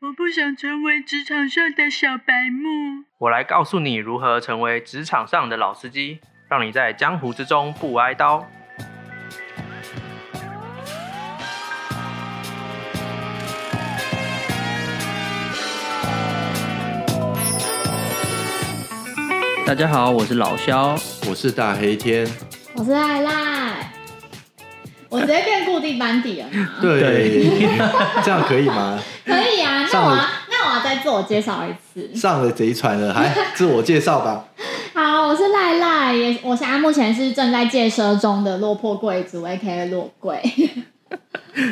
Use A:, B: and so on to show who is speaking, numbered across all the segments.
A: 我不想成为职场上的小白目。
B: 我来告诉你如何成为职场上的老司机，让你在江湖之中不挨刀。大家好，我是老肖。
C: 我是大黑天，
D: 我是赖赖，我直接变固定班底了嘛？
C: 对， 这样可以吗？
D: 可以啊，那我要那我要再自我介绍一次。
C: 上了贼船了，还自我介绍吧。
D: 好，我是赖赖，也我现在目前是正在戒奢中的落魄贵族，A K A 落贵。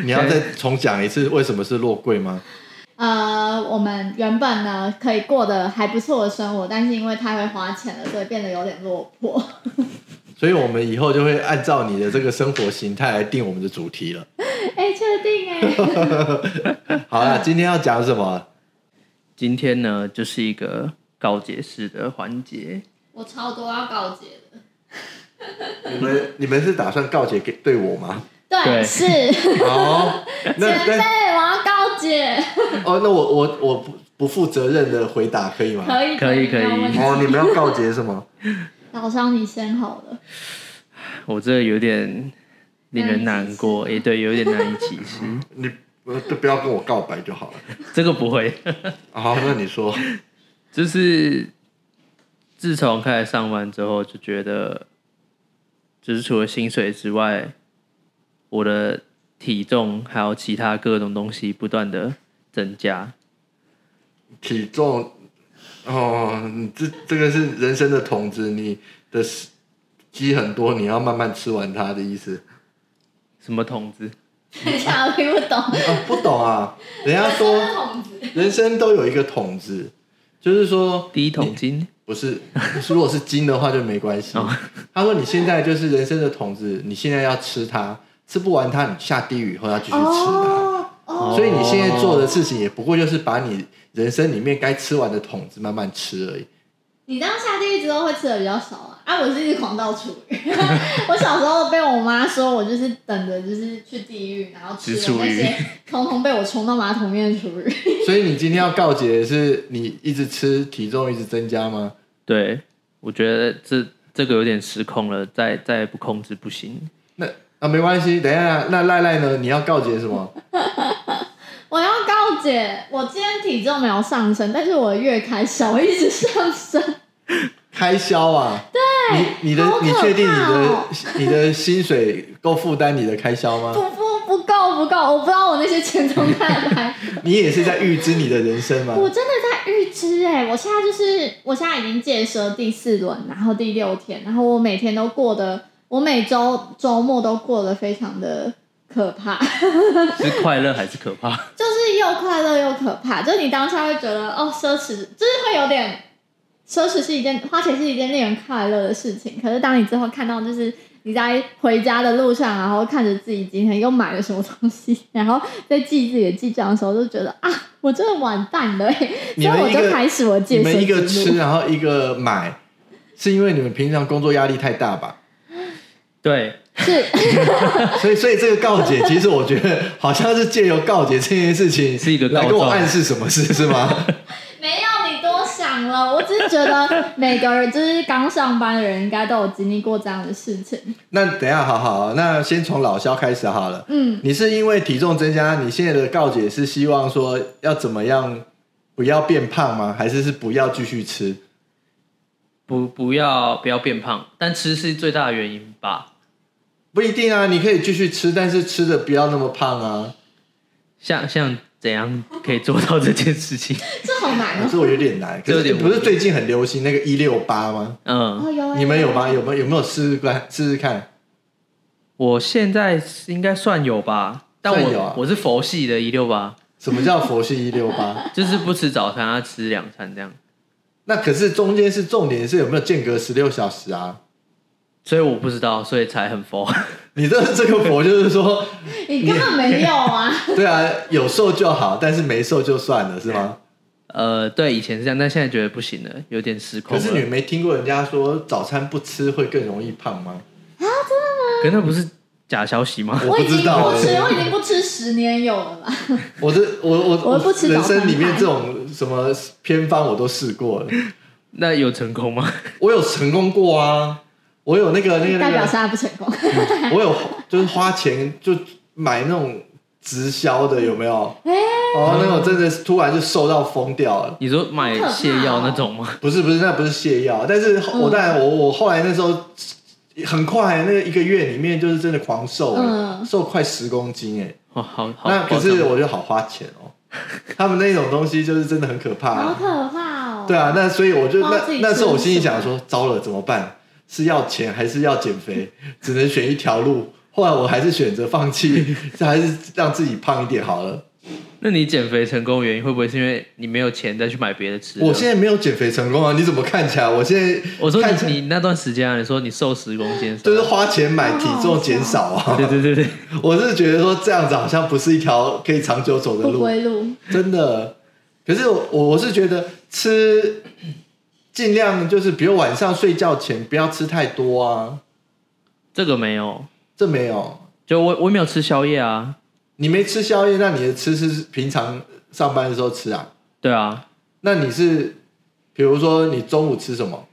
C: 你要再重讲一次为什么是落柜吗？
D: 呃，我们原本呢可以过得还不错的生活，但是因为太会花钱了，所以变得有点落魄。
C: 所以我们以后就会按照你的这个生活形态来定我们的主题了。
D: 哎、确定哎、
C: 好啦，今天要讲什么？
B: 今天呢，就是一个告解式的环节。
D: 我超多要告诫的。
C: 你们你们是打算告解给对我吗？
D: 对，
B: 对
D: 是 前
C: 好，那
D: 辈，
C: 那
D: 我要告诫，
C: 哦，那我我我不不负责任的回答可以吗？
D: 可以
B: 可以可以
D: 没有问题
C: 哦，你们要告解什 么？
D: 老张，你先好了。
B: 我这有点令人难过，诶，对，有点难以启齿。
C: 你呃就不要跟我告白就好了。
B: 这个不会，
C: 好，那你说，
B: 就是自从开始上班之后，就觉得，就是除了薪水之外，我的体重还有其他各种东西不断的增加。
C: 体重，哦，你这这个是人生的筒子，你的食积很多，你要慢慢吃完它的意思。
B: 什么筒子？
D: 等一下，我听不懂。
C: 啊，不懂啊，人家 说
D: 筒子，
C: 人生都有一个筒子，就是说
B: 第一桶金？
C: 不是，如果是金的话就没关系
B: 哦。
C: 他说你现在就是人生的筒子，你现在要吃它，吃不完它，你下地狱以后要继续吃它。
D: 哦哦，
C: 所以你现在做的事情也不过就是把你人生里面该吃完的筒子慢慢吃而已。
D: 你这样下地狱之后会吃的比较少啊。啊，我是一直狂到处 理。我小时候被我妈说，我就是等着就是去地狱，然后吃
B: 吃
D: 的
B: 厨
D: 那
B: 余
D: 些，通通被我冲到马桶面的厨余。
C: 所以你今天要告解的是你一直吃体重一直增加吗？
B: 对，我觉得这这个有点失控了，再再不控制不行。
C: 那啊没关系，等一下那赖赖呢？你要告解什么？
D: 我要告解，我今天体重没有上升，但是我的月开销一直上升。
C: 开销啊？对，你你的、
D: 好可怕哦
C: 你确定你的你的薪水够负担你的开销吗？
D: 不不不够不够，我不知道我那些钱从哪来。
C: 你也是在预知你的人生吗？
D: 我真的在预知哎、我现在就是我现在已经戒奢第四轮，然后第六天，然后我每天都过得，我每周周末都过得非常的可怕，
B: 是快乐还是可怕？
D: 就是又快乐又可怕，就是你当下会觉得哦，奢侈就是会有点。奢侈是一件花钱是一件令人快乐的事情，可是当你之后看到就是你在回家的路上，然后看着自己今天又买了什么东西，然后在记自己的记账的时候，就觉得啊，我真的完蛋了、欸，所
C: 你
D: 以
C: 们
D: 我
C: 一个
D: 就开始我
C: 你
D: 戒
C: 们
D: 奢
C: 一个
D: 之
C: 吃，
D: 路。
C: 然后一个买，是因为你们平常工作压力太大吧？
B: 对，
D: 是，
C: 所以，所以这个告解，其实我觉得好像是借由告解这件事情，
B: 是一个告
C: 来跟我
B: 状
C: 暗示什么事，是吗？
D: 没有你多想了，我只是觉得每个人就是刚上班的人，应该都有经历过这样的事情。
C: 那等一下，好好，那先从老肖开始好了。
D: 嗯，
C: 你是因为体重增加，你现在的告解是希望说要怎么样不要变胖吗？还是是不要继续吃？
B: 不不要不要变胖，但吃是最大的原因吧。
C: 不一定啊，你可以继续吃，但是吃的不要那么胖啊。
B: 像像怎样可以做到这件事情？
D: 这好难哦。
C: 这我有点难，
B: 这有
C: 可是
B: 点
C: 不是最近很流行那个一六八吗？
B: 嗯，
D: 哦，有欸
C: 你们有吗？有没有有没有试试看试试看？
B: 我现在是应该算有吧，但我
C: 算有啊
B: 我是佛系的，一六八，
C: 什么叫佛系一六八？
B: 就是不吃早餐，要啊吃两餐这样。
C: 那可是中间是重点是有没有间隔十六小时啊？
B: 所以我不知道，所以才很佛。
C: 你这这个佛就是说，
D: 你根本没有啊。
C: 对啊，有瘦就好，但是没瘦就算了，是吗？
B: 呃，对，以前是这样，但现在觉得不行了，有点失控
C: 可
B: 了。
C: 是你没听过人家说早餐不吃会更容易胖吗？
B: 可那不是假消息吗？
C: 我
D: 我已
C: 不
D: 经
C: 知道
D: 不吃，
C: 欸
D: 我已经不吃十年有了吧？
C: 我这我我
D: 我不吃早
C: 人
D: 餐
C: 生里面
D: 派
C: 这种什么偏方我都试过了，
B: 那有成功吗？
C: 我有成功过啊，我有那个那个
D: 代
C: 那
D: 表
C: 个，
D: 杀不成功。
C: 我有就是花钱就买那种直销的有没有？
D: 哎
C: 哦，那种真的是突然就瘦到疯掉了。
B: 你说买泻药那种吗？
C: 不是不是，那不是泻药，但是
D: 嗯
C: 我当然我我后来那时候很快那一个月里面就是真的狂瘦、欸，
D: 嗯
C: 瘦快十公斤哎、
B: 哦， 好好。
C: 那可
B: 好像
C: 是我就好花钱哦、他们那种东西就是真的很可怕、
D: 好可怕
C: 啊
D: 哦！
C: 对啊，那所以我就
D: 不知道
C: 那
D: 自己
C: 那时候我
D: 吃什
C: 心
D: 么
C: 里想说，糟了怎么办？是要钱还是要减肥？ 只能选一条路。后来我还是选择放弃， 还是让自己胖一点好了。
B: 那你减肥成功的原因会不会是因为你没有钱再去买别的吃的？
C: 我现在没有减肥成功啊！你怎么看起来？我现在
B: 啊我说
C: 看起
B: 你
C: 来
B: 你那段时间啊，你说你瘦十公斤的时候，
C: 就是花钱买体重减少啊！
B: 对对对对，
C: 我是觉得说这样子好像不是一条可以长久走的
D: 不
C: 路，
D: 归路。
C: 真的。可是我我是觉得吃尽量就是，比如晚上睡觉前不要吃太多啊。
B: 这个没有，
C: 这没有，
B: 就我我没有吃宵夜啊，
C: 你没吃宵夜，那你的吃是平常上班的时候吃啊？
B: 对啊，
C: 那你是比如说你中午吃什么？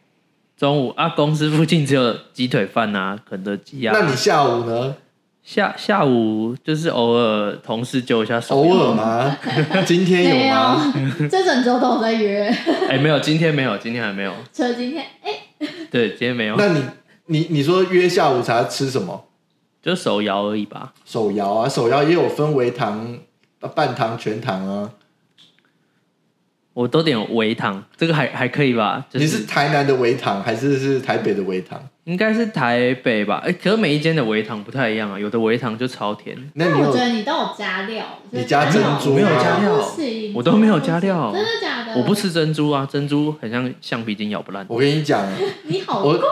B: 中午啊公司附近只有鸡腿饭啊、肯德基啊，
C: 那你下午呢？
B: 下下午就是偶尔同事揪一下手，
C: 偶尔吗？今天
D: 没
C: 有吗？
D: 有，这整周都有在约。
B: 哎、没有，今天没有，今天还没有，
D: 除了今天，哎、
B: 对，今天没有，
C: 那你你你说约下午茶吃什么？
B: 就手摇而已吧。
C: 手摇啊，手摇也有分微糖、半糖、全糖啊。
B: 我都点微糖，这个还还可以吧？就
C: 你是台南的微糖还是是台北的微糖？
B: 应该是台北吧？哎、可是每一间的微糖不太一样啊，有的微糖就超甜，
C: 那你
D: 我觉
C: 有
D: 得你都有加料，
C: 你加珍珠
D: 我
C: 我没有加
B: 料
D: 不行，
B: 我都没有加料
D: 真的假的？
B: 我不，吃珍珠啊，珍珠很像橡皮筋咬不烂。
C: 我跟你讲，
D: 你好怪
C: 我
D: 哦，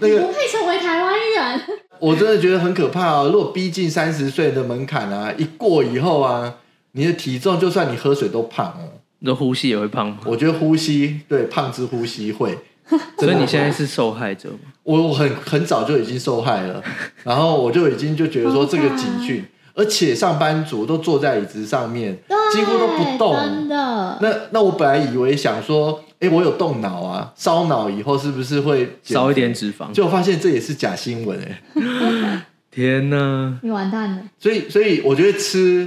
C: 那个
D: 你不配成为台湾人。
C: 我真的觉得很可怕哦！如果逼近三十岁的门槛啊，一过以后啊，你的体重就算你喝水都胖哦。
B: 你说呼吸也会胖吗？
C: 我觉得呼吸对胖之呼吸会，真
B: 所
C: 的
B: 以你现在是受害者吗？
C: 我我很很早就已经受害了，然后我就已经就觉得说这个警
D: 啊
C: 讯，而且上班族都坐在椅子上面，几乎都不动
D: 对哎真的。
C: 那那我本来以为想说，哎、我有动脑啊，烧脑以后是不是会减
B: 少一点？脂肪。
C: 结果发现这也是假新闻哎、诶
B: 天哪！
D: 你完蛋了，
C: 所以，所以我觉得吃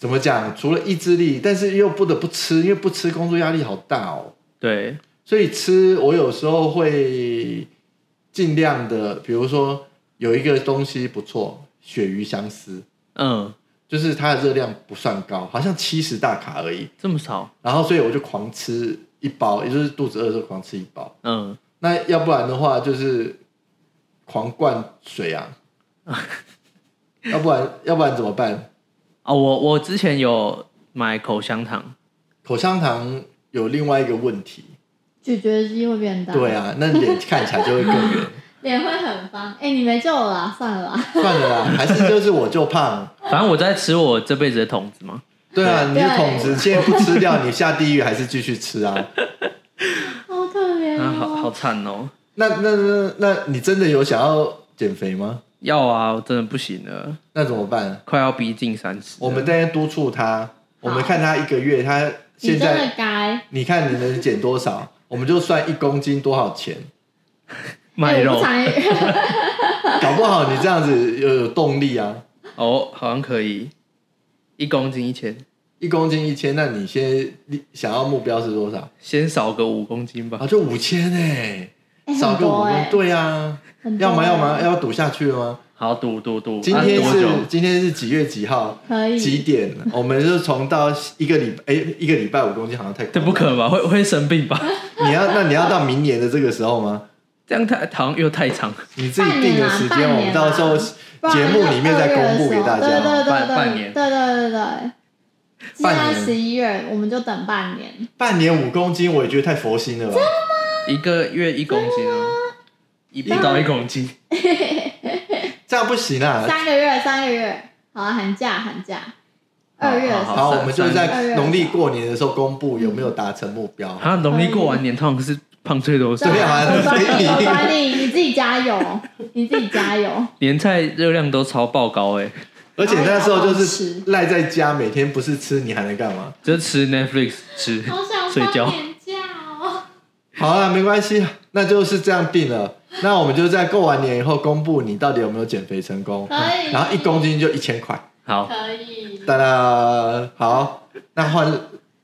C: 怎么讲，除了意志力，但是又不得不吃，因为不吃工作压力好大哦。
B: 对，
C: 所以吃，我有时候会尽量的，比如说有一个东西不错，鳕鱼香丝，
B: 嗯，
C: 就是它的热量不算高，好像七十大卡而已。
B: 这么少，
C: 然后，所以我就狂吃一包，也就是肚子饿的时候狂吃一包。
B: 嗯，
C: 那要不然的话，就是狂灌水 啊，要不然要不然怎么办？
B: 哦，我我之前有买口香糖，
C: 口香糖有另外一个问题，
D: 咀嚼肌会变大，
C: 对，啊，那脸看起来就会更 圆。
D: 脸会很方。哎、你没救了啦，算了啊啦。
C: 算了啦，还是就是我就胖。
B: 反正我在吃我这辈子的筒子嘛。
C: 对啊，你
D: 对
C: 的筒子现在不吃掉，你下地狱还是继续吃 啊？
D: 好可怜
B: 啊，好好
D: 哦！
B: 惨哦！
C: 那那那那你真的有想要减肥吗？
B: 要啊，我真的不行了，
C: 那怎么办？
B: 快要逼近三十。
C: 我们在督促他，我们看他一个月，他
D: 你
C: 现
D: 真的
C: 在
D: 该
C: 你看你能减多少，我们就算一公斤多少钱。
B: 卖
D: 哎我
B: 肉
D: 不常
C: 搞不好你这样子有有动力啊，
B: 哦，好像可以，一公斤一千，
C: 一公斤一千，那你先你想要目标是多少？
B: 先少个五公斤吧。
C: 啊，就五千哎，
D: 哎
C: 少
D: 很
C: 个
D: 多
C: 五
D: 哎、
C: 千，对啊，
D: 很多
C: 要吗？
D: 哎
C: 要吗？要赌下去了吗？
B: 好，赌赌赌，
C: 今
B: 啊
C: 天
B: 多
C: 是
B: 久？
C: 今天是几月几号？
D: 可以
C: 几点？我们就从到一个礼哎一个礼拜五公斤好像太
B: 这不
C: 夸张
B: 可吧？会会生病吧？
C: 了。你要那你要到明年的这个时候吗？
B: 这样太好像又太长，
C: 你自己定的时
D: 半
C: 间，
D: 年啦啊
C: 我们到时候
D: 不然
C: 节目里面再公布给大
D: 对对
C: 家。
D: 对
B: 半
D: 对，
B: 半年
D: 对对对对。现
C: 半
D: 在
C: 年
D: 十一月，我们就等半年。
C: 半年五公斤，我也觉得太佛心了吧？
B: 一个月一公斤啊，一不到一公斤。
C: 这样不行啊！
D: 三个月，三个月，好啊，寒假，寒假，二月的时候，
C: 好，
B: 三
D: 哎
C: 我们就
B: 三
C: 在农历过年的时候公布有没有达成目标。
B: 啊好像农历过完年通常是胖最多是
D: 对
C: 没有
D: 啊
C: 啊
D: 我管你，
C: 谁理
D: 我管你，你自己加油，你自己加油。
B: 年菜热量都超爆高哎、
C: 而且那时候就是
D: 然后也好好吃
C: 赖在家，每天不是吃，你还能干嘛？
B: 就吃 Netflix 吃
D: 好想
B: 睡
D: 放
B: 觉。
D: 年假哦！
C: 好了，没关系，啊那就是这样定了。那我们就在过完年以后公布你到底有没有减肥成功，
D: 可以
C: 然后一公斤就一千块。
B: 好，
D: 可以。
C: 哒啦，好，那换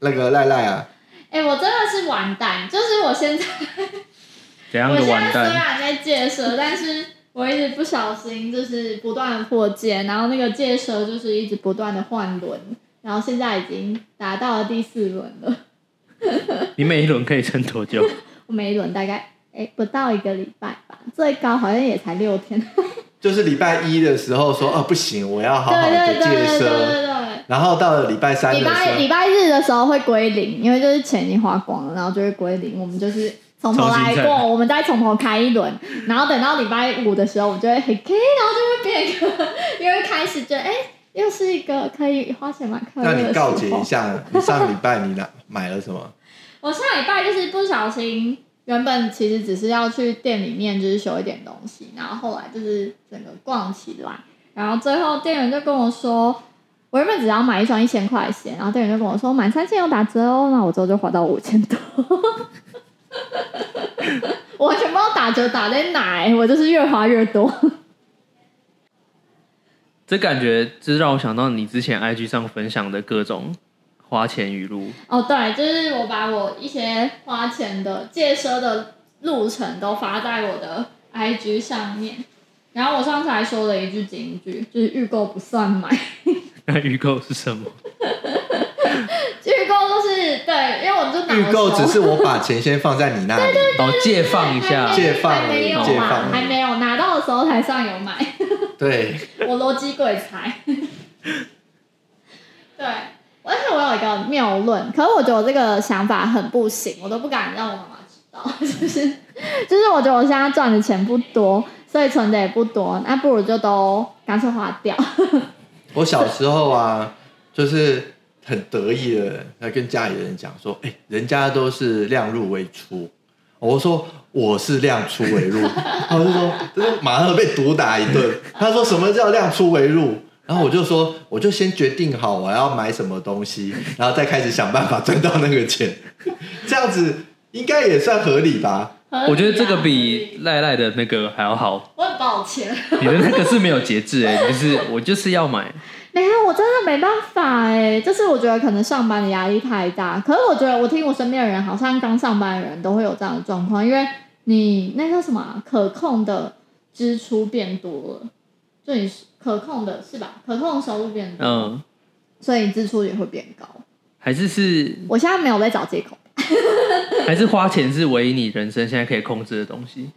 C: 那个赖赖啊，
D: 哎、我真的是完蛋，就是我现在，
B: 怎样
D: 我
B: 的
D: 现在
B: 完
D: 虽
B: 蛋？
D: 然在戒舌，但是我一直不小心，就是不断的破戒，然后那个戒舌就是一直不断的换轮，然后现在已经达到了第四轮了。
B: 你每一轮可以撑多久？
D: 我每一轮大概哎、不到一个礼拜吧，最高好像也才六天。
C: 就是礼拜一的时候说，哦，不行，我要好好
D: 对
C: 的
D: 对对
C: 戒
D: 对对
C: 奢。
D: 对。
C: 然后到了礼拜三的
D: 礼
C: 时候
D: 拜，礼拜日的时候会归零，因为就是钱已经花光了，然后就会归零。我们就是从头
B: 重
D: 来
B: 新
D: 过，
B: 再来
D: 我们再从头开一轮，然后等到礼拜五的时候，我就会很 K，然后就会变 一个，因为开始觉得哎、又是一个可以花钱买快
C: 那
D: 乐的
C: 你告诫
D: 时
C: 一
D: 候。
C: 下，你上礼拜你拿买了什么？
D: 我上礼拜就是不小心，原本其实只是要去店里面就是修一点东西，然后后来就是整个逛起来，然后最后店员就跟我说，我原本只要买一双一千块钱，然后店员就跟我说满三千有打折哦，那我之后就花到五千多。 我完全不知道打折打在哪、欸，我就是越花越多。
B: 这感觉就是让我想到你之前 IG 上分享的各种花钱语录，
D: 哦，对，就是我把我一些花钱的借奢的路程都发在我的 IG 上面。然后我上次还说了一句警句，就是预购不算买，
B: 那预购是什么？
D: 预购都是对，因为我就 拿
C: 预
D: 了
C: 购
D: 手
C: 只是我把钱先放在你那里，
B: 哦，借放一下
D: 还没，
C: 借放
D: 还没有
B: 借
D: 嘛，
C: 放
D: 还没有拿到的时候才算有买，
C: 对，
D: 我逻辑鬼才。 对，而且我有一个谬论，可是我觉得我这个想法很不行，我都不敢让我妈妈知道， 就是就是我觉得我现在赚的钱不多，所以存的也不多，那不如就都干脆花掉。
C: 我小时候啊，就是很得意的来跟家里人讲说，哎、人家都是量入为出，我说我是量出为入， 他就说，他就马上被毒打一顿。他说什么叫量出为入？然后我就说，我就先决定好我要买什么东西，然后再开始想办法赚到那个钱，这样子应该也算合理吧？
B: 我觉得这个比赖赖的那个还要好。
D: 我很抱歉，
B: 你的那个是没有节制哎、就是我就是要买，
D: 没有，我真的没办法哎、就是我觉得可能上班的压力太大，可是我觉得我听我身边的人，好像刚上班的人都会有这样的状况，因为你那叫什么啊、可控的支出变多了，就你是可控的是吧？可控的收入变多，
B: 嗯，
D: 所以你支出也会变高。
B: 还是是
D: 我现在没有在找借口，
B: 还是花钱是唯一你人生现在可以控制的东西，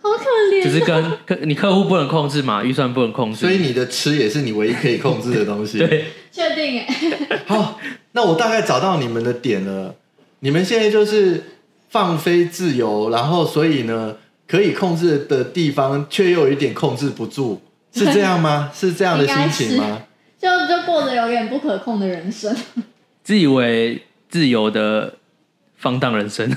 D: 好可怜、哦
B: 就是跟客你客户不能控制嘛，预算不能控制，
C: 所以你的吃也是你唯一可以控制的东西。
B: 对
D: 确定哎、
C: 好，那我大概找到你们的点了。你们现在就是放飞自由，然后所以呢，可以控制的地方，却又有一点控制不住，是这样吗？是这样的心情
D: 应该
C: 吗？
D: 就就过着有点不可控的人生。
B: 自以为自由的放荡人生，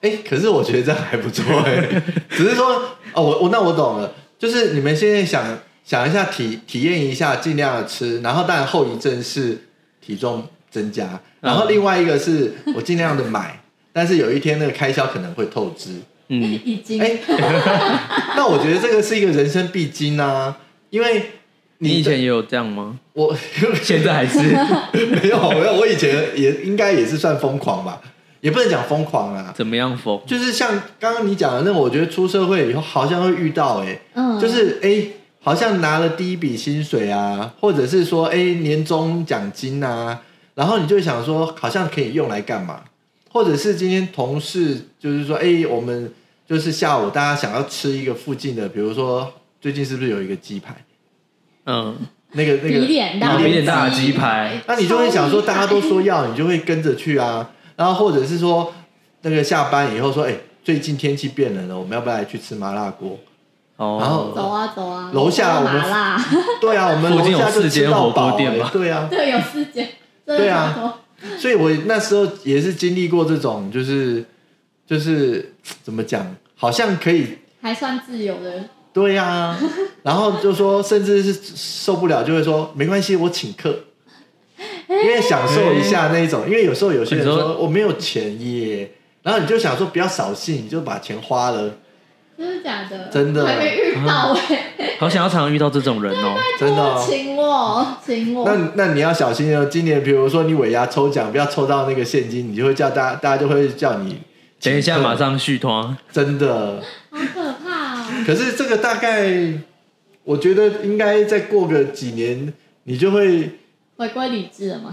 C: 哎、可是我觉得这样还不错哎、只是说哦，我我那我懂了，就是你们现在想想一下体体验一下，尽量的吃，然后当然后遗症是体重增加，然后另外一个是我尽量的买，但是有一天那个开销可能会透支。
B: 嗯，
D: 已经、
C: 哎、 那我觉得这个是一个人生必经啊，因为
B: 你以
C: 的
B: 前也有这样吗？
C: 我
B: 现在还是
C: 没有没有，我以前也应该也是算疯狂吧，也不能讲疯狂 啊，
B: 怎么样疯？
C: 就是像刚刚你讲的那，我觉得出社会以后好像会遇到哎、
D: 嗯，
C: 就是哎、好像拿了第一笔薪水啊，或者是说哎、年终奖金啊，然后你就想说好像可以用来干嘛，或者是今天同事就是说哎、我们就是下午大家想要吃一个附近的，比如说最近是不是有一个鸡排？
B: 嗯，
C: 那个那个
D: 比脸大，
B: 比
C: 脸
B: 大的鸡排
C: 那你就会想说，大家都说要，你就会跟着去啊。然后或者是说，那个下班以后说，哎、最近天气变冷了，我们要不要来去吃麻辣锅？然后
B: 哦，
D: 走啊走啊，
C: 楼下我们
D: 麻辣。
C: 对啊，我们
B: 附近
C: 楼
B: 有
C: 下
B: 四
C: 就吃
B: 间
C: 到
B: 火
C: 饱、
B: 锅店
C: 哎
B: 吗
C: 对啊，
D: 对，有四间，真的
C: 对啊
D: 超多
C: 所以我那时候也是经历过这种，就是就是怎么讲，好像可以
D: 还算自由的，
C: 对呀、 然后就说，甚至是受不了，就会说没关系，我请客，因为享受一下那一
B: 哎
C: 种。因为有时候有些人
B: 你
C: 说
B: 说
C: 我没有钱耶，然后你就想说不要扫兴，你就把钱花了，
D: 真的假的？
C: 真的啊
D: 还没遇到哎、
B: 好想要常遇到这种人哦、
C: 真的哦、
D: 请我，请我，
C: 那那你要小心哦，今年比如说你尾牙抽奖，不要抽到那个现金，你就会叫大家，大家就会叫你请客。
B: 等一下，马上续团。
C: 真的。
D: 好可怕哦！
C: 可是这个大概，我觉得应该再过个几年，你就会
D: 回归理智了吗？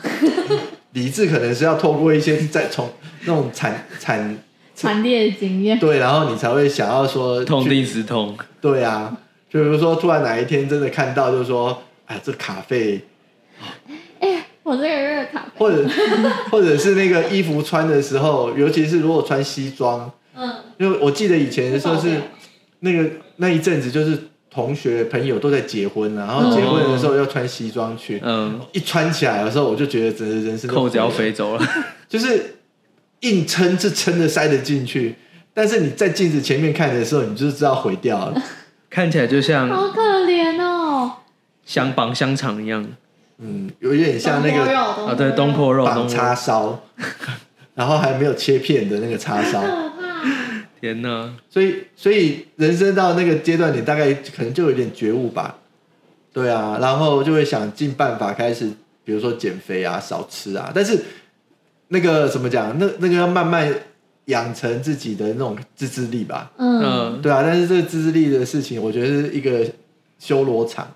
C: 理智可能是要透过一些再从那种惨惨
D: 惨烈的经验，
C: 对，然后你才会想要说
B: 痛
C: 去
B: 定思痛，
C: 对啊，就比如说突然哪一天真的看到，就说哎这卡费，
D: 哎我这个月卡啡，
C: 或者 或者是那个衣服穿的时候，尤其是如果穿西装，
D: 嗯，
C: 因为我记得以前说
D: 不保
C: 是
D: 养
C: 那个那一阵子就是同学朋友都在结婚啊，然后结婚的时候要穿西装去，
B: 嗯，
C: 一穿起来的时候我就觉得整个人是
B: 扣脚飞走了。
C: 就是硬撑是撑的塞得进去，但是你在镜子前面看的时候，你就知道毁掉 了。
B: 看起来就像
D: 好可怜哦。
B: 香绑香肠一样
C: 嗯，有点像那个
D: 东坡肉
B: 啊，对，东，坡肉，
C: 绑
B: 东
C: 叉
B: 坡，
C: 烧，然后还没有切片的那个叉烧
D: 东，坡肉可怕。
B: 天哪，
C: 所以所以人生到那个阶段，你大概可能就有点觉悟吧。对啊，然后就会想尽办法开始，比如说减肥啊、少吃啊，但是那个怎么讲，那那个要慢慢养成自己的那种自制力吧。
D: 嗯，
B: 嗯，
C: 对啊，但是这个自制力的事情，我觉得是一个修罗场，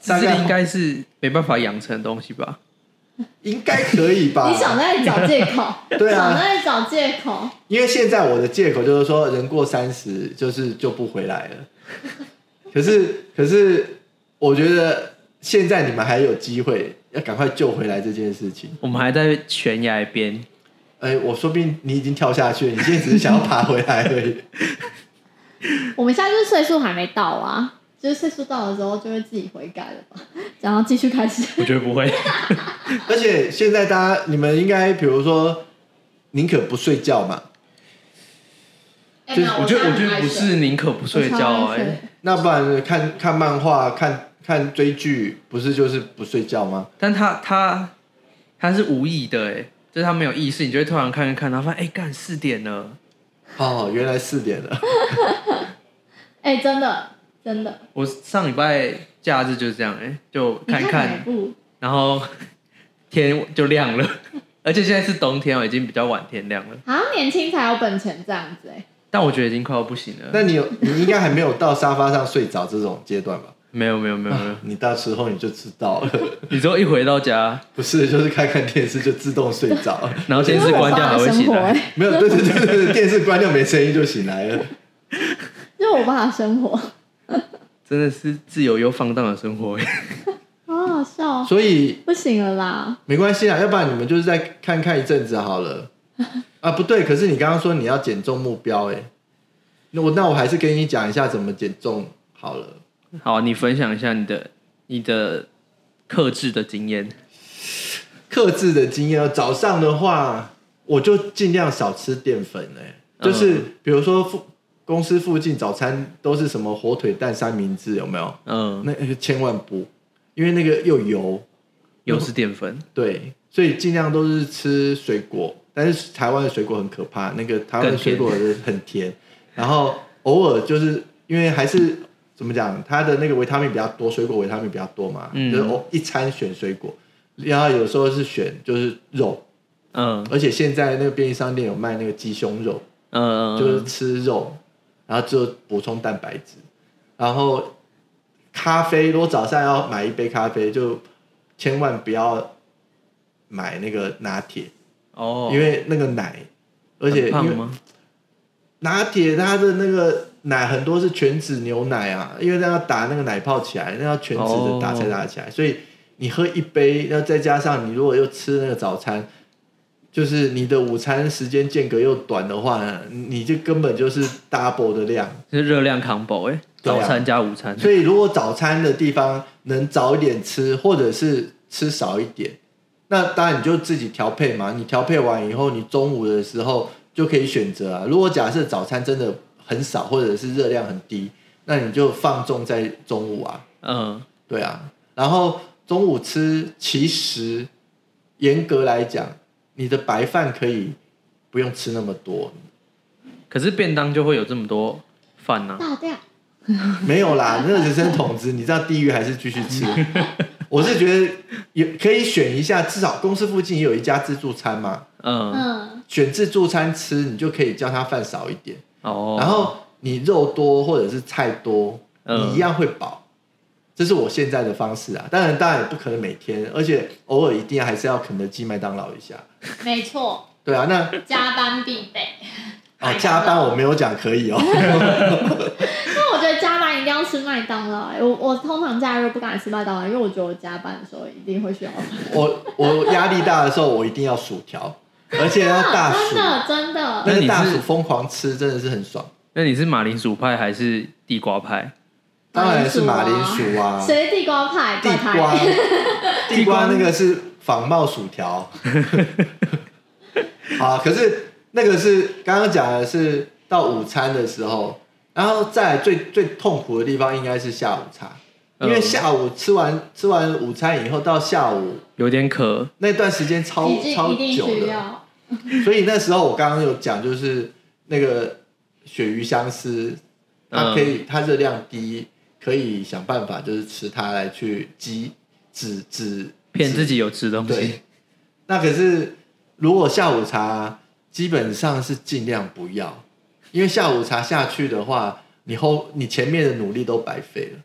B: 自制
C: 大
B: 力
C: 概
B: 应该是没办法养成的东西吧？
C: 应该可以 吧？
D: 你想在找借口，
C: 对啊
D: 想在找借口，
C: 因为现在我的借口就是说，人过三十就是就不回来了。可是，可是，我觉得现在你们还有机会，要赶快救回来这件事情。
B: 我们还在悬崖边，
C: 哎，我说不定你已经跳下去了，你现在只是想要爬回来而已。
D: 我们现在就是岁数还没到啊，就是岁数到的时候就会自己悔改了吧，然后继续开始。
B: 我觉得不会。
C: 而且现在大家，你们应该比如说，宁可不睡觉嘛，
D: 哎
C: 就是
D: 没有
B: 我觉得我
D: 现在
B: 觉
D: 很
B: 得
D: 爱
B: 不
D: 睡
B: 是宁可不睡觉
D: 我超
B: 哎
D: 爱睡，
C: 那不然看看漫画、看看追剧，不是就是不睡觉吗？
B: 但他他他是无意的哎，就是他没有意识，你就会突然看一看，然后发现哎干四点了，
C: 哦，原来四点了。
D: 哎、真的真的，
B: 我上礼拜假日就是这样哎，就看
D: 你
B: 一
D: 看哪
B: 看，
D: 一部？
B: 然后天就亮了， 而且现在是冬天哦，已经比较晚天亮了，
D: 好像年轻才有本钱这样子哎、
B: 但我觉得已经快要不行了。
C: 那你有你应该还没有到沙发上睡着这种阶段吧？
B: 没有没有没有没有，
C: 你到时候你就知道了，
B: 你之后一回到家，
C: 不是就是看看电视就自动睡着，
B: 然后电
D: 这
B: 视
D: 是我
B: 关掉
D: 爸
B: 还
D: 的
B: 会
D: 生
B: 醒
D: 活哎、
B: 来，
C: 没有对对对对，对电视关掉没声音就醒 来了。
D: 这是我爸的生活，
B: 真的是自由又放荡的生活。哎
D: 好好笑哦、
C: 所以
D: 不行了啦，
C: 没关系啊，要不然你们就是再看看一阵子好了。啊，不对，可是你刚刚说你要减重目标哎、那我那我还是跟你讲一下怎么减重好了。
B: 好，你分享一下你的你的克制的经验。
C: 克制的经验哦。早上的话，我就尽量少吃淀粉哎、
B: 嗯
C: 就是比如说附公司附近早餐都是什么火腿蛋三明治，有没有？
B: 嗯，
C: 那个千万不，因为那个又油，
B: 又是淀粉，
C: 对，所以尽量都是吃水果。但是台湾的水果很可怕，那个台湾的
B: 更
C: 水
B: 甜
C: 果的很甜，然后偶尔就是因为还是怎么讲，它的那个维他命比较多，水果维他命比较多嘛，
B: 嗯
C: 就是偶一餐选水果，然后有时候是选就是肉，
B: 嗯
C: 而且现在那个便利商店有卖那个鸡胸肉，
B: 嗯，
C: 就是吃肉，然后就补充蛋白质。然后咖啡，如果早上要买一杯咖啡，就千万不要买那个拿铁，
B: 哦，
C: 因为那个奶，而且
B: 很
C: 因
B: 胖
C: 为
B: 吗？
C: 拿铁它的那个奶很多是全脂牛奶啊，因为那要打那个奶泡起来，那要全脂的打
B: 哦
C: 才打得起来，所以你喝一杯，要再加上你如果又吃那个早餐，就是你的午餐时间间隔又短的话，你就根本就是 double 的量。
B: 是热量 combo 哎，
C: 对啊
B: 早餐加午餐，
C: 所以如果早餐的地方能早一点吃，或者是吃少一点，那当然你就自己调配嘛。你调配完以后，你中午的时候就可以选择啊。如果假设早餐真的很少，或者是热量很低，那你就放纵在中午啊，
B: 嗯，
C: 对啊。然后中午吃，其实严格来讲，你的白饭可以不用吃那么多，
B: 可是便当就会有这么多饭呢、
D: 大掉。
C: 没有啦，那人生筒子，你知道地狱还是继续吃。我是觉得也可以选一下，至少公司附近也有一家自助餐嘛，
B: 嗯，
D: 嗯，
C: 选自助餐吃，你就可以叫他饭少一点，
B: 哦，
C: 然后你肉多或者是菜多，
B: 嗯
C: 你一样会饱。这是我现在的方式啊，当然当然也不可能每天，而且偶尔一定还是要肯德基、麦当劳一下。
E: 没错，
C: 对啊，那
E: 加班必备。
C: 哦加班我没有讲可以哦，
D: 但我觉得加班一定要吃麦当劳、欸。我我通常假日不敢吃麦当劳，因为我觉得我加班的时候一定会需要。
C: 我我压力大的时候我一定要薯条，而且要大薯
D: 啊真。的真的，
C: 那
B: 啊那
C: 个
B: 你
C: 大
B: 是
C: 薯疯狂吃真的是很爽，
B: 那你是马铃薯派还是地瓜派？
C: 当然是马铃薯 啊，
D: 谁地瓜派？
C: 地
D: 怪他
C: 瓜，地瓜那个是仿冒薯条。 啊，可是那个是刚刚讲的是到午餐的时候，然后再来最最痛苦的地方应该是下午茶，因为
B: 嗯
C: 下午吃完吃完午餐以后到下午
B: 有点渴，
C: 那段时间 超
D: 一定
C: 超
D: 一定
C: 久
D: 需
C: 的，
D: 要。
C: 所以那时候我刚刚有讲就是那个鳕鱼香丝它可
B: 嗯
C: 以，它热量低，可以想办法就是吃它来去激止止
B: 骗自。己有吃东
C: 对
B: 西。，
C: 那可是如果下午茶基本上是尽量不要，因为下午茶下去的话，你后你前面的努力都白费了。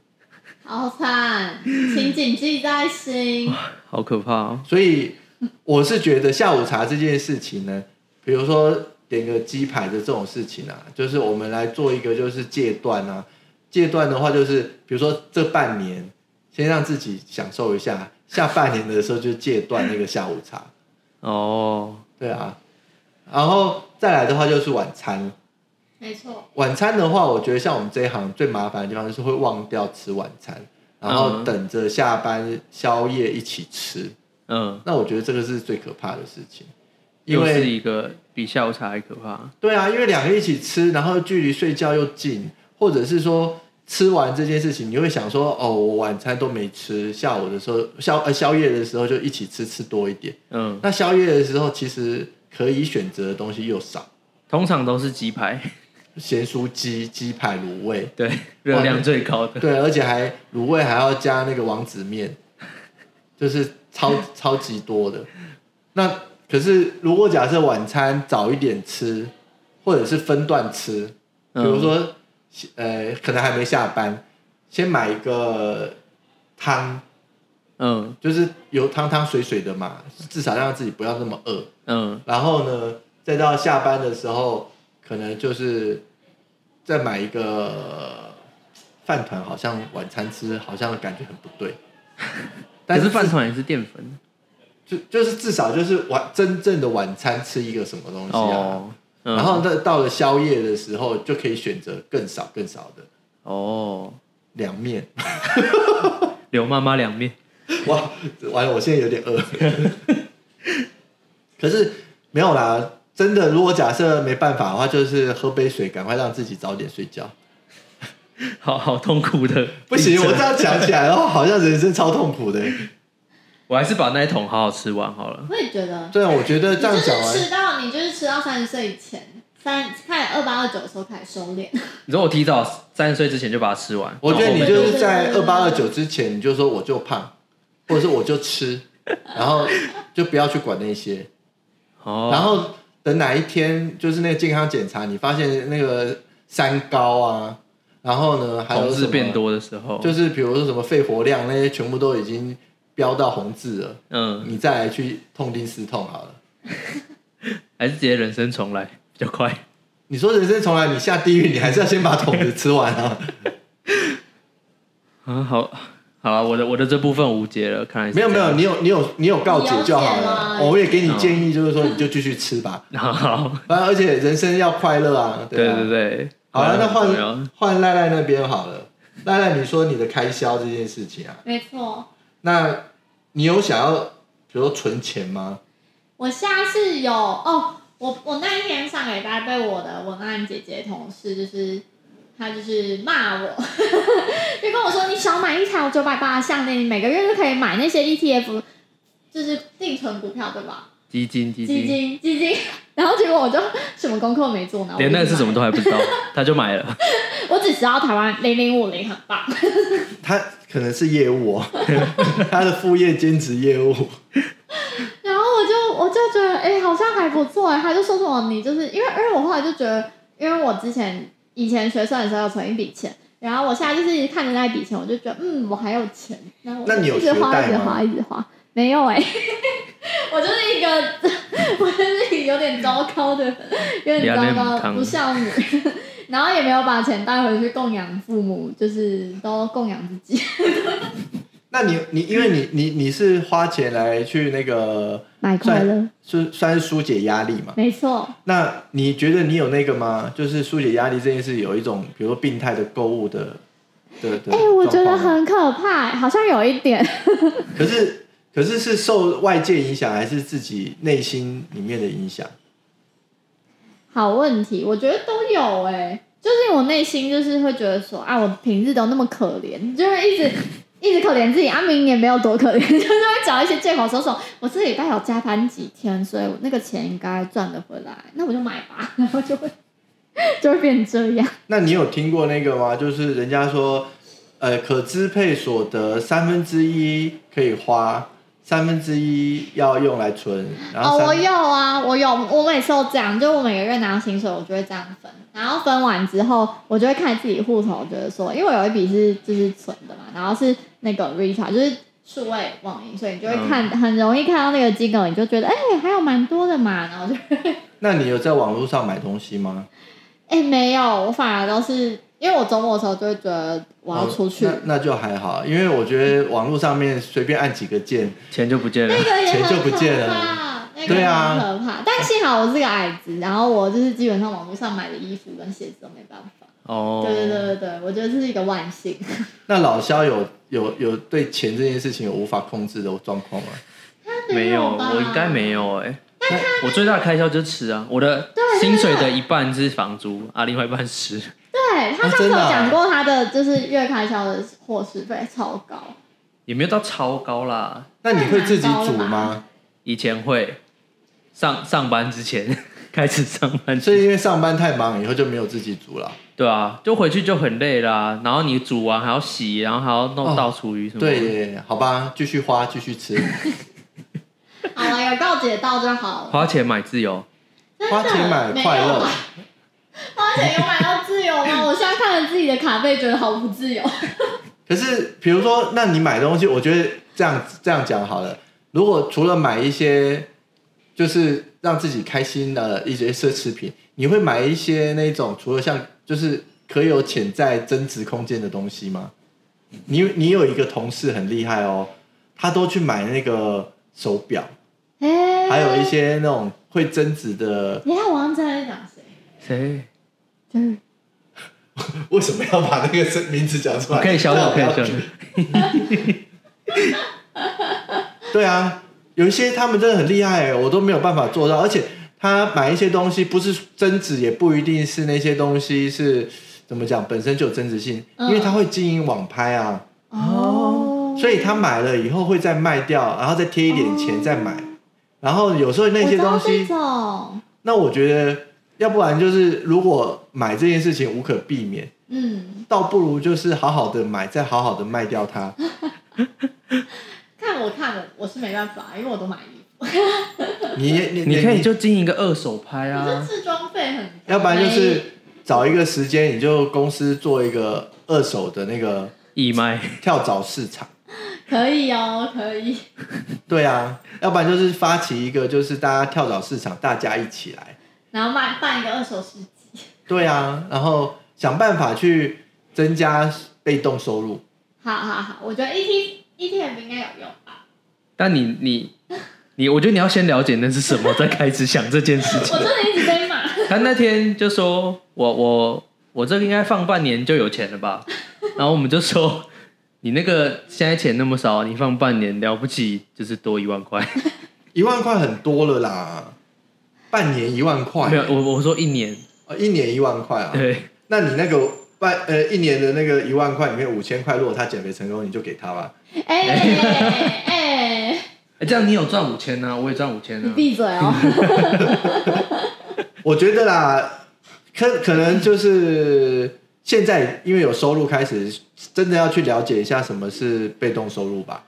D: 好惨，请谨记在心。
B: 好可怕哦！
C: 所以我是觉得下午茶这件事情呢，比如说点个鸡排的这种事情啊，就是我们来做一个就是戒断啊。戒断的话，就是比如说这半年先让自己享受一下，下半年的时候就戒断那个下午茶，
B: 哦，
C: 对啊。然后再来的话就是晚餐，
E: 没错，
C: 晚餐的话，我觉得像我们这一行最麻烦的地方就是会忘掉吃晚餐，然后
B: 嗯
C: 等着下班宵夜一起吃。
B: 嗯，
C: 那我觉得这个是最可怕的事情，因
B: 又是
C: 为
B: 一个比下午茶还可怕。
C: 对啊，因为两个一起吃，然后距离睡觉又近，或者是说吃完这件事情，你会想说，哦，我晚餐都没吃，下午的时候宵呃宵夜的时候就一起吃，吃多一点。
B: 嗯，
C: 那宵夜的时候，其实可以选择的东西又少，
B: 通常都是鸡排，
C: 咸酥鸡、鸡排、卤味，
B: 对，热量最高 的。
C: 对，而且还卤味还要加那个王子面，就是超 超级多的。那可是如果假设晚餐早一点吃，或者是分段吃，比
B: 嗯
C: 如说、呃可能还没下班，先买一个汤，
B: 嗯
C: 就是有汤汤水水的嘛，至少让自己不要那么饿。
B: 嗯
C: 然后呢，再到下班的时候，可能就是再买一个饭团，好像晚餐吃好像感觉很不对。 但
B: 可是
C: 是
B: 饭团也是淀粉。
C: 就就是至少就是晚真正的晚餐吃一个什么东西啊。
B: 哦，嗯
C: 然后到到了宵夜的时候，就可以选择更少更少的
B: 哦，
C: 凉面。
B: 刘妈妈凉面。
C: 哇，完了，我现在有点饿。 可是没有啦，真的，如果假设没办法的话，就是喝杯水，赶快让自己早点睡觉。
B: 好好痛苦的。
C: 不行，我这样讲起来的话，好像人生超痛苦的。
B: 我还是把那一桶好好吃完好了。
D: 我也觉得，
C: 对，啊我觉得
D: 你
C: 这
D: 就
C: 样讲
D: 是吃
C: 完，
D: 到你就是吃到三十岁以前，三开始二八二九的时候开始收敛。
B: 你说我提早三十岁之前就把它吃完，
C: 我觉得你
B: 那
C: 就
B: 后面
C: 是在二八二九之前，你就说我就胖，或者是我就吃，然后就不要去管那些。
B: 哦，
C: 然后等哪一天就是那个健康检查，你发现那个三高啊，然后呢还有
B: 红
C: 什
B: 字
C: 么
B: 变，多的时候，
C: 就是比如说什么肺活量那些全部都已经飙到红字了，
B: 嗯，
C: 你再来去痛定思痛好了。
B: 还是直接人生重来 比较 快。
C: 你说人生从来你下地狱，你还是要先把桶子吃完啊。
B: 啊，好，好了，我的我的这部分无解了，看来是
C: 没有没有，你有你有你有告解就好
D: 你
C: 了
D: 有解吗。
C: 我也
B: 哦
C: 给你建议，就是说你就继续吃 吧。
B: 有， 好好，
C: 反正而且人生要快乐啊，
B: 对
C: 啊。
B: 对对，啊
C: 好了，那
B: 没有
C: 换换赖赖那边好了。赖赖，你说你的开销这件事情啊，
D: 没错，
C: 那你有想要比如说存钱吗？
D: 我现在是有哦，我我那一天上个礼拜被我的文案姐姐同事就是。她就是骂我， 就跟我说：“你少买一台有九百八的项链，你每个月就可以买那些 ETF，就是定存股票，对吧？
B: 基金基
D: 基
B: 金，
D: 金基金。”然后结果我就什么功课没做呢？
B: 连那个是什么
D: 都
B: 都还不知道，他就买了。
D: 我只知道台湾零零五零很棒，
C: 他可能是业务哦， 他的副业兼职业务，
D: 然后我就我就觉得，哎、好像还不错哎、他就说什么你就是因为因为我后来就觉得，因为我之前以前学生的时候有存一笔钱，然后我现在就是看着那一笔钱，我就觉得嗯，我还有钱，然后我
C: 那
D: 就
C: 你有
D: 一直
C: 学
D: 花
C: 贷
D: 一直
C: 吗
D: 花一直花，没有哎、 我就是一个我就是一个有点糟糕的， 有点糟
B: 两
D: 糕
B: 肋旁
D: 不孝女， 然后也没有把钱带回去供养父母，就是都供养自己
C: 那你你因为你你你是花钱来去那个
D: 买快乐，
C: 是算是疏解压力嘛？
D: 没错。
C: 那你觉得你有那个吗？就是疏解压力这件事，有一种比如说病态的购物的的的。
D: 哎、我觉得
C: 状况吗。
D: 很可怕、好像有一点。
C: 可是可是是受外界影响，还是自己内心里面的影响？
D: 好问题，我觉得都有哎、就是我内心就是会觉得说啊，我平日都那么可怜，就是一直 一直可怜自己，阿、啊、明也没有多可怜， 就是会找一些借口说说，我这礼拜有加班几天，所以我那个钱应该赚得回来，那我就买吧， 然后就会就会变成这样。
C: 那你有听过那个吗？就是人家说，呃，可支配所得三分之一可以花，三分之一要用来存，然
D: 哦，
C: 后
D: 我
C: 三、
D: 有啊，我有，我每次都这样，就我每个月拿到薪水，我就会这样分，然后分完之后，我就会看自己户头，觉得说，因为我有一笔是就是存的嘛，然后是那个 Rita，就是数位网银，所以你就会看，
C: 嗯
D: 很容易看到那个金额，你就觉得，哎、还有蛮多的嘛，然后就，
C: 那你有在网络上买东西吗？
D: 哎、没有，我反而都是因为我周末的时候就会觉得我要出去，
C: 哦那那就还好，因为我觉得网络上面随便按几个键，
B: 钱就不见了
D: 那。个也很
C: 钱就不见
D: 可
C: 了
D: 怕，那个
C: 对
D: 也
C: 啊
D: 很可怕，但幸好我是个矮子，然后我就是基本上网络上买的衣服跟鞋子都没办法。
B: 哦，
D: 对对对对对，我觉得这是一个万幸。
C: 那老肖有有有对钱这件事情有无法控制的状况吗？
B: 没有，
D: 吧
B: 我应该没有哎、我最大的开销就是吃啊，我的薪水的一半是房租啊，另外一半是吃，
D: 对
C: 啊
D: 他上次
C: 真
D: 有
C: 的啊
D: 讲过，他的就是月开销的伙食费超 高。
B: 也没有到超高啦。
C: 那你会自己煮
D: 那蛮高的
C: 吗？
B: 以前会上上班之前 开始上班，
C: 所以因为上班太忙，以后就没有自己煮了。
B: 对啊，就回去就很累啦。然后你煮完还要洗，然后还要弄
C: 哦
B: 倒厨余什么。
C: 对，耶，好吧，继续花，继续吃，
D: 好了，有告解到就好了。
B: 花钱买自由，
D: 真的
C: 花钱买
D: 没有
C: 快乐
D: 啊。花钱有买到自由吗？我现在看着自己的卡费，觉得好不自由。
C: 可是，比如说，那你买东西，我觉得这样这样讲好了。如果除了买一些就是让自己开心的一些奢侈品，你会买一些那种除了像就是可有潜在增值空间的东西吗？你你有一个同事很厉害哦，他都去买那个手表，
D: 哎，
C: 还有一，些那种会增值的。
D: 你看我刚才在讲谁？
B: 谁
D: 就是
C: 为什么要把那个名字讲出来？
B: 可以消掉？可以
C: 啊
B: 消掉。
C: 对啊，有一些他们真的很厉害欸，我都没有办法做到。而且他买一些东西，不是增值，也不一定是那些东西是怎么讲，本身就有增值性，因
D: 嗯
C: 为他会经营网拍啊，
D: 哦，
C: 所以他买了以后会再卖掉，然后再贴一点钱再买。然后有时候那些东
D: 我知道这
C: 西，
D: 种，
C: 那我觉得，要不然就是如果买这件事情无可避免，
D: 嗯，
C: 倒不如就是好好的买，再好好的卖掉它。
D: 看我看我我是没办法，因为我都买衣服，
C: 你你
B: 你可以就经营一个二手拍
D: 我就
B: 啊，
D: 自装费很高，
C: 要不然就
D: 没
C: 是找一个时间，你就公司做一个二手的那个
B: 义卖。
C: 跳蚤市场。
D: 可以哦，可以。
C: 对啊，要不然就是发起一个，就是大家跳蚤市场，大家一起来。
D: 然后卖办一个二手市集。
C: 对啊，然后想办法去增加被动收入。
D: 好好好，我觉得 E T E T F 应该有用 吧。
B: 但你你你，我觉得你要先了解那是什么，再开始想这件事情
D: 我。真的一直被骂，
B: 他那天就说：“我我我这个应该放半年就有钱了吧？” 然后我们就说：“你那个现在钱那么少，你 放半年了不起，就是多一万块。
C: 一万块很多了啦，半年一万块，
B: 没有，我我说一年，
C: 哦一年一万块啊。
B: 对，
C: 那你那个半呃一年的那个一万块里面五千块，如果他减肥成功，你就给他吧。
D: 哎哎哎，
B: 欸这样你有赚五千呢，我也赚五千啊
D: 你
B: 呢。
D: 闭嘴哦！
C: 我觉得啦，可可能就是现在因为有收入开始，真的要去了解一下什么是被动收入吧，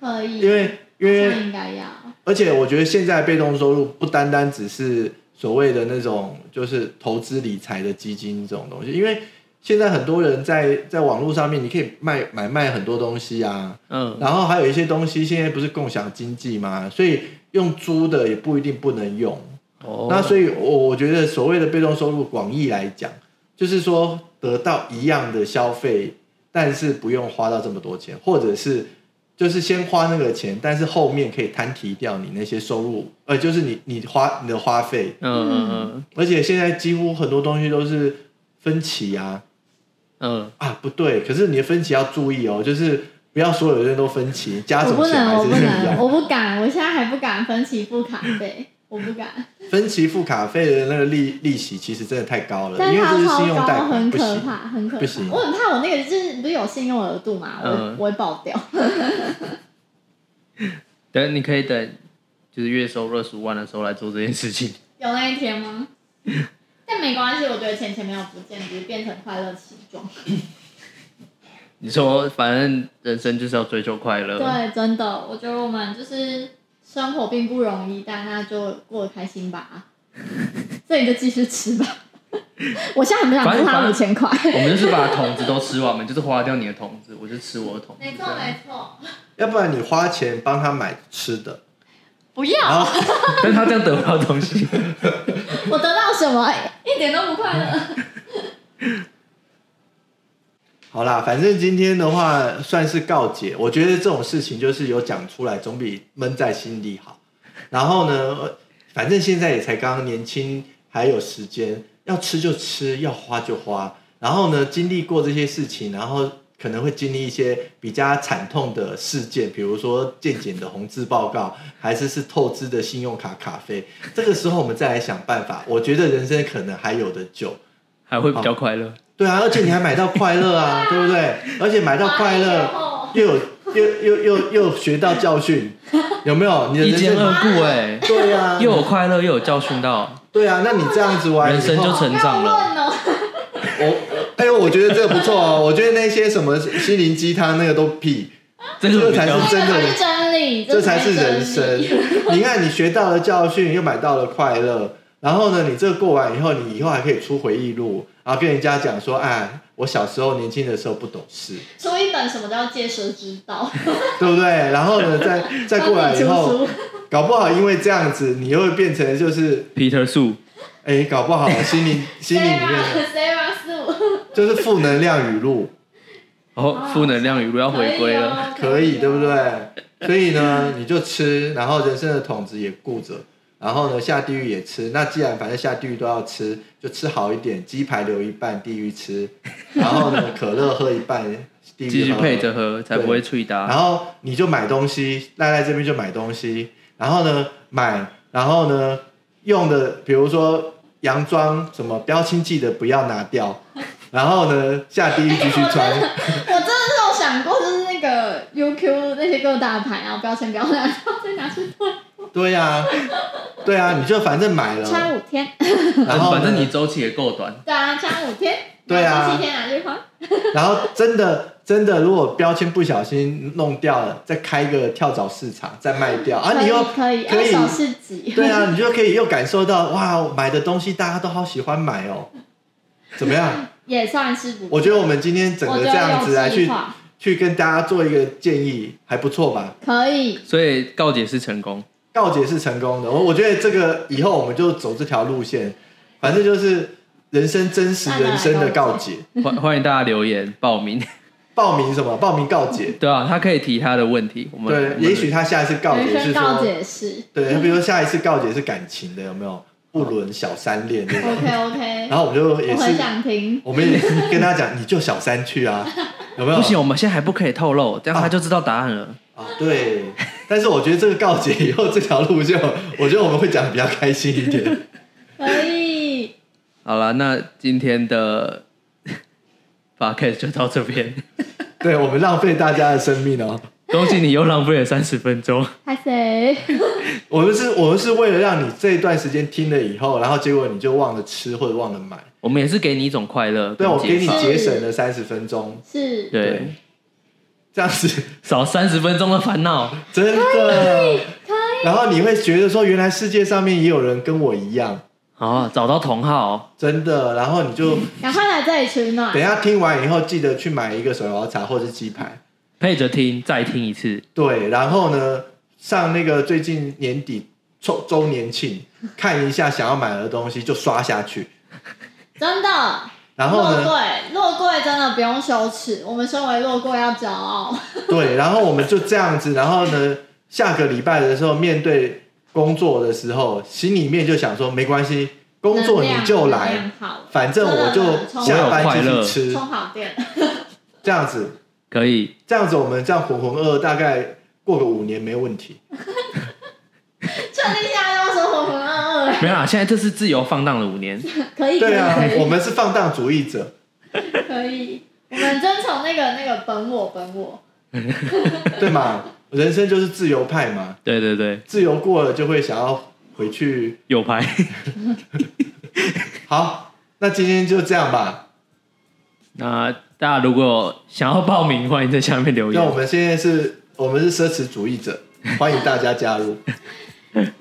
D: 可以，
C: 因为因
D: 好
C: 为
D: 像应该要
C: 而且我觉得现在被动收入不单单只是所谓的那种就是投资理财的基金这种东西，因为现在很多人在在网络上面，你可以卖买卖很多东西啊，
B: 嗯，
C: 然后还有一些东西现在不是共享经济嘛，所以用租的也不一定不能用。
B: 哦
C: 那所以我，我觉得所谓的被动收入，广义来讲，就是说得到一样的消费，但是不用花到这么多钱，或者是就是先花那个钱，但是后面可以摊提掉你那些收入，呃，就是你你花你的花费，
B: 嗯嗯
C: 而且现在几乎很多东西都是分期啊
B: 嗯
C: 啊，不对，可是你的分期要注意哦，就是不要所有人都分期，加什
D: 我
C: 么
D: 不
C: 钱
D: 能，
C: 还
D: 我
C: 是
D: 不
C: 一
D: 能，
C: 样，
D: 我不敢，我现在还不敢分期付卡费，我不敢。
C: 分期付卡费的那个利利息其实真的太高了，
D: 但
C: 因为这
D: 它
C: 是
D: 超
C: 信用贷
D: 高，
C: 款，
D: 很
C: 不
D: 可
C: 行。
D: 怕，很可
C: 不
D: 怕
C: 行。
D: 我很怕我那个就是不是有信用额度嘛，我
B: 嗯
D: 我会爆掉。
B: 嗯，等你可以等，就是月收入二十五万的时候来做这件事情。
D: 有那一天吗？但没关系，我觉得钱钱没有不见，只是变成快乐其中。
B: 你说，反正人生就是要追求快乐。
D: 对，真的，我觉得我们就是生活并不容易，但那就过得开心吧。 所以你就继续吃吧。 我现在很不想付他五千块。
B: 我们就是把桶子都吃完，我们就是花掉你的桶子，我就吃我的桶子。
E: 没
B: 这
E: 错
B: 样
E: 没错，
C: 要不然你花钱帮他买吃的，
D: 不要，
C: 然后
B: 但是他这样得不到东西。
D: 我得到什么？一点都不快乐。
C: 好啦，反正今天的话算是告解。我觉得这种事情就是有讲出来，总比闷在心里好。然后呢，呃反正现在也才刚刚年轻，还有时间，要吃就吃，要花就花。然后呢，经历过这些事情，然后可能会经历一些比较惨痛的事件，比如说健检的红字报告，还是是透支的信用卡卡费。这个时候我们再来想办法，我觉得人生可能还有的救。
B: 还会比较快乐。
C: 对啊，而且你还买到快乐啊，对不对？而且买到快乐，
E: 乐，
C: 又有又又又又学到教训，有没有？你的
B: 一
C: 人
B: 兼
C: 生
B: 二顾哎、
C: 对啊，
B: 又有快乐又有教训到，
C: 对啊，那你这样子玩以
B: 人生就
C: 后
B: 成长了。
D: 哦，
C: 我哎，我觉得这个不错哦，我觉得那些什么心灵鸡汤那个都屁，
B: 这个比
C: 这才
B: 较
C: 是真的
D: 这才是真理，
C: 这才是人
D: 真
C: 生
D: 理。
C: 你看，你学到了教训，又买到了快乐，然后呢，你这个过完以后，你以后还可以出回忆录，然后跟人家讲说，哎，我小时候年轻的时候不懂事。
D: 出一本什么叫戒蛇之道，
C: 对不对？然后呢，再再过来以
D: 帮你
C: 后
D: 出书，
C: 搞不好因为这样子，你又会变成就是，
B: Peter 树，
C: 哎，搞不好心灵心灵里面
D: 啊
C: 的
D: Sarah 四五
C: 就是负能量语录，
B: 然后哦负能量语录要回归了。
C: 可以对不？
D: 哦
C: 对？所以呢，你就吃，然后人生的桶子也顾着，然后呢，下地狱也吃。那既然反正下地狱都要吃，就吃好一点，鸡排留一半，地狱吃，然后呢，可乐喝一半，地狱
B: 继续
C: 喝
B: 配着喝，才不会脆
D: 啊
B: 搭。
C: 然后你就买东西，赖赖这边就买东西，然后呢买，然后呢用的，比如说洋装什么标签记得不要拿掉， 然后呢下地狱继续穿，
D: 我真的是有想过，就是那个 UQ 那些各大牌啊，标签标拿，然后再拿去退，
C: 对呀、对呀、你就反正买
D: 穿
C: 了，
D: 五天，
C: 然后呢
B: 反正你周期也够短，
D: 对啊，穿五天，
C: 对啊
D: 然后七天拿去花，
C: 然后真的真的如果标签不小心弄掉了，再开一个跳蚤市场再卖掉啊，
D: 可
C: 你
D: 以
C: 又
D: 可以，哎
C: 可
D: 二
C: 以
D: 手市集，
C: 对啊，你就可以又感受到哇，买的东西大家都好喜欢买哦，怎么样？
D: 也算是不错。
C: 我觉得我们今天整
D: 我
C: 个
D: 觉
C: 这
D: 得
C: 样子来
D: 有计
C: 去
D: 划
C: 去跟大家做一个建议，还不错吧？
D: 可以，
B: 所以告解是成功。
C: 告解是成功的，我我觉得这个以后我们就走这条路线，反正就是人生真实人生的告解。
B: 欢欢迎大家留言报名，
C: 报名什么？报名告解。
B: 对啊，他可以提他的问题，我们我
C: 对，
B: 们
C: 也许他下一次告
D: 人
C: 解是
D: 生告嗯
C: 说，
D: 解是
C: 对，比如说下一次告解是感情的，有没有不伦小三恋 这种？
D: OK OK，
C: 然后我们就也
D: 我
C: 是
D: 很，想听，
C: 我们也是跟他讲，你就小三去啊，有没有？
B: 不行，我们现在还不可以透露，这样
C: 啊
B: 他就知道答案了。
C: 啊，对，但是我觉得这个告解以后这条路就，我觉得我们会讲的比较开心一点。
D: 可以，
B: 好了，那今天的 podcast 就到这边，
C: 对我们浪费大家的生命哦。
B: 恭喜你又浪费了三十分钟。
D: 还谁？
C: 我们是，我们是为了让你这一段时间听了以后，然后结果你就忘了吃或者忘了买。
B: 我们也是给你一种快乐，
C: 对，我给
B: 跟
C: 你
B: 解放
C: 节省了三十分钟，
D: 是
B: 对
C: 这样子
B: 少三十分钟的烦恼。
C: 真的。
D: 可以，
C: 然后你会觉得说，原来世界上面也有人跟我一样，
B: 好，啊找到同好，
C: 真的。然后你 就
D: 赶快来这里取暖
C: 等一。下听完以后，记得去买一个手摇茶或者是鸡排。
B: 配着听，再听一次。
C: 对，然后呢，上那个最近年底周周年庆，看一下想要买的东西就刷下去。
D: 真的，
C: 然后
D: 落
C: 呢，
D: 柜，落柜真的不用羞耻，我们身为落柜要骄傲。
C: 对，然后我们就这样子，然后呢，下个礼拜的时候面对工作的时候，心里面就想说，没关系，工作你就
D: 能量
C: 来，
D: 好了，
C: 反正我就下班
B: 我有快乐
C: 继续吃
D: 充，好电。
C: 这样子，
B: 可以，
C: 这样子我们这样浑浑噩，噩，大概过个五年没问题。
D: 确定现在要说浑浑噩噩，
B: 没有啦，啊现在这是自由放荡的五年，
D: 嗯可以，可
C: 对 啊，我
D: 以，
C: 们是放荡主义者，
D: 可以。我们遵从那个那个本我本我，
C: 对嘛？人生就是自由派嘛。
B: 对对对，
C: 自由过了就会想要回去。
B: 右拍，
C: 好，那今天就这样吧。
B: 那大家如果想要报名，欢迎在下面留
C: 那我
B: 言。
C: 们现在是，我们是奢侈主义 者，欢迎大家加入。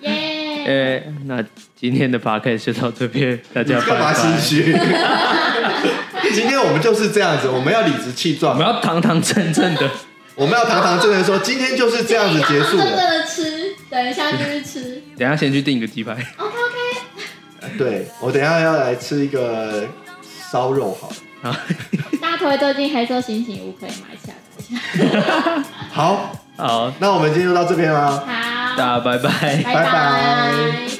D: 耶！
B: 呃、那今天的 podcast 就到这 边，大家拜
C: 干
B: 拜。
C: 嘛心虚？ 今天我们就是这样子，我们要理直气
B: 我
C: 壮
B: 们，要堂堂正正的，
C: 我们要堂堂正正说，今天就是这样子结束
D: 真正
C: 了。
D: 的吃，等一下就是吃。
B: 等一下先去订个鸡排。
D: OK OK，
C: 对我等一下要来吃一个烧肉，好了，
B: 好，
D: 大头最近黑色星期五可以买起来买起来。
C: 好，
B: 好，
C: 那我们今天就到这边啦。
D: 好，
B: 大家拜拜。
D: 拜
C: 拜拜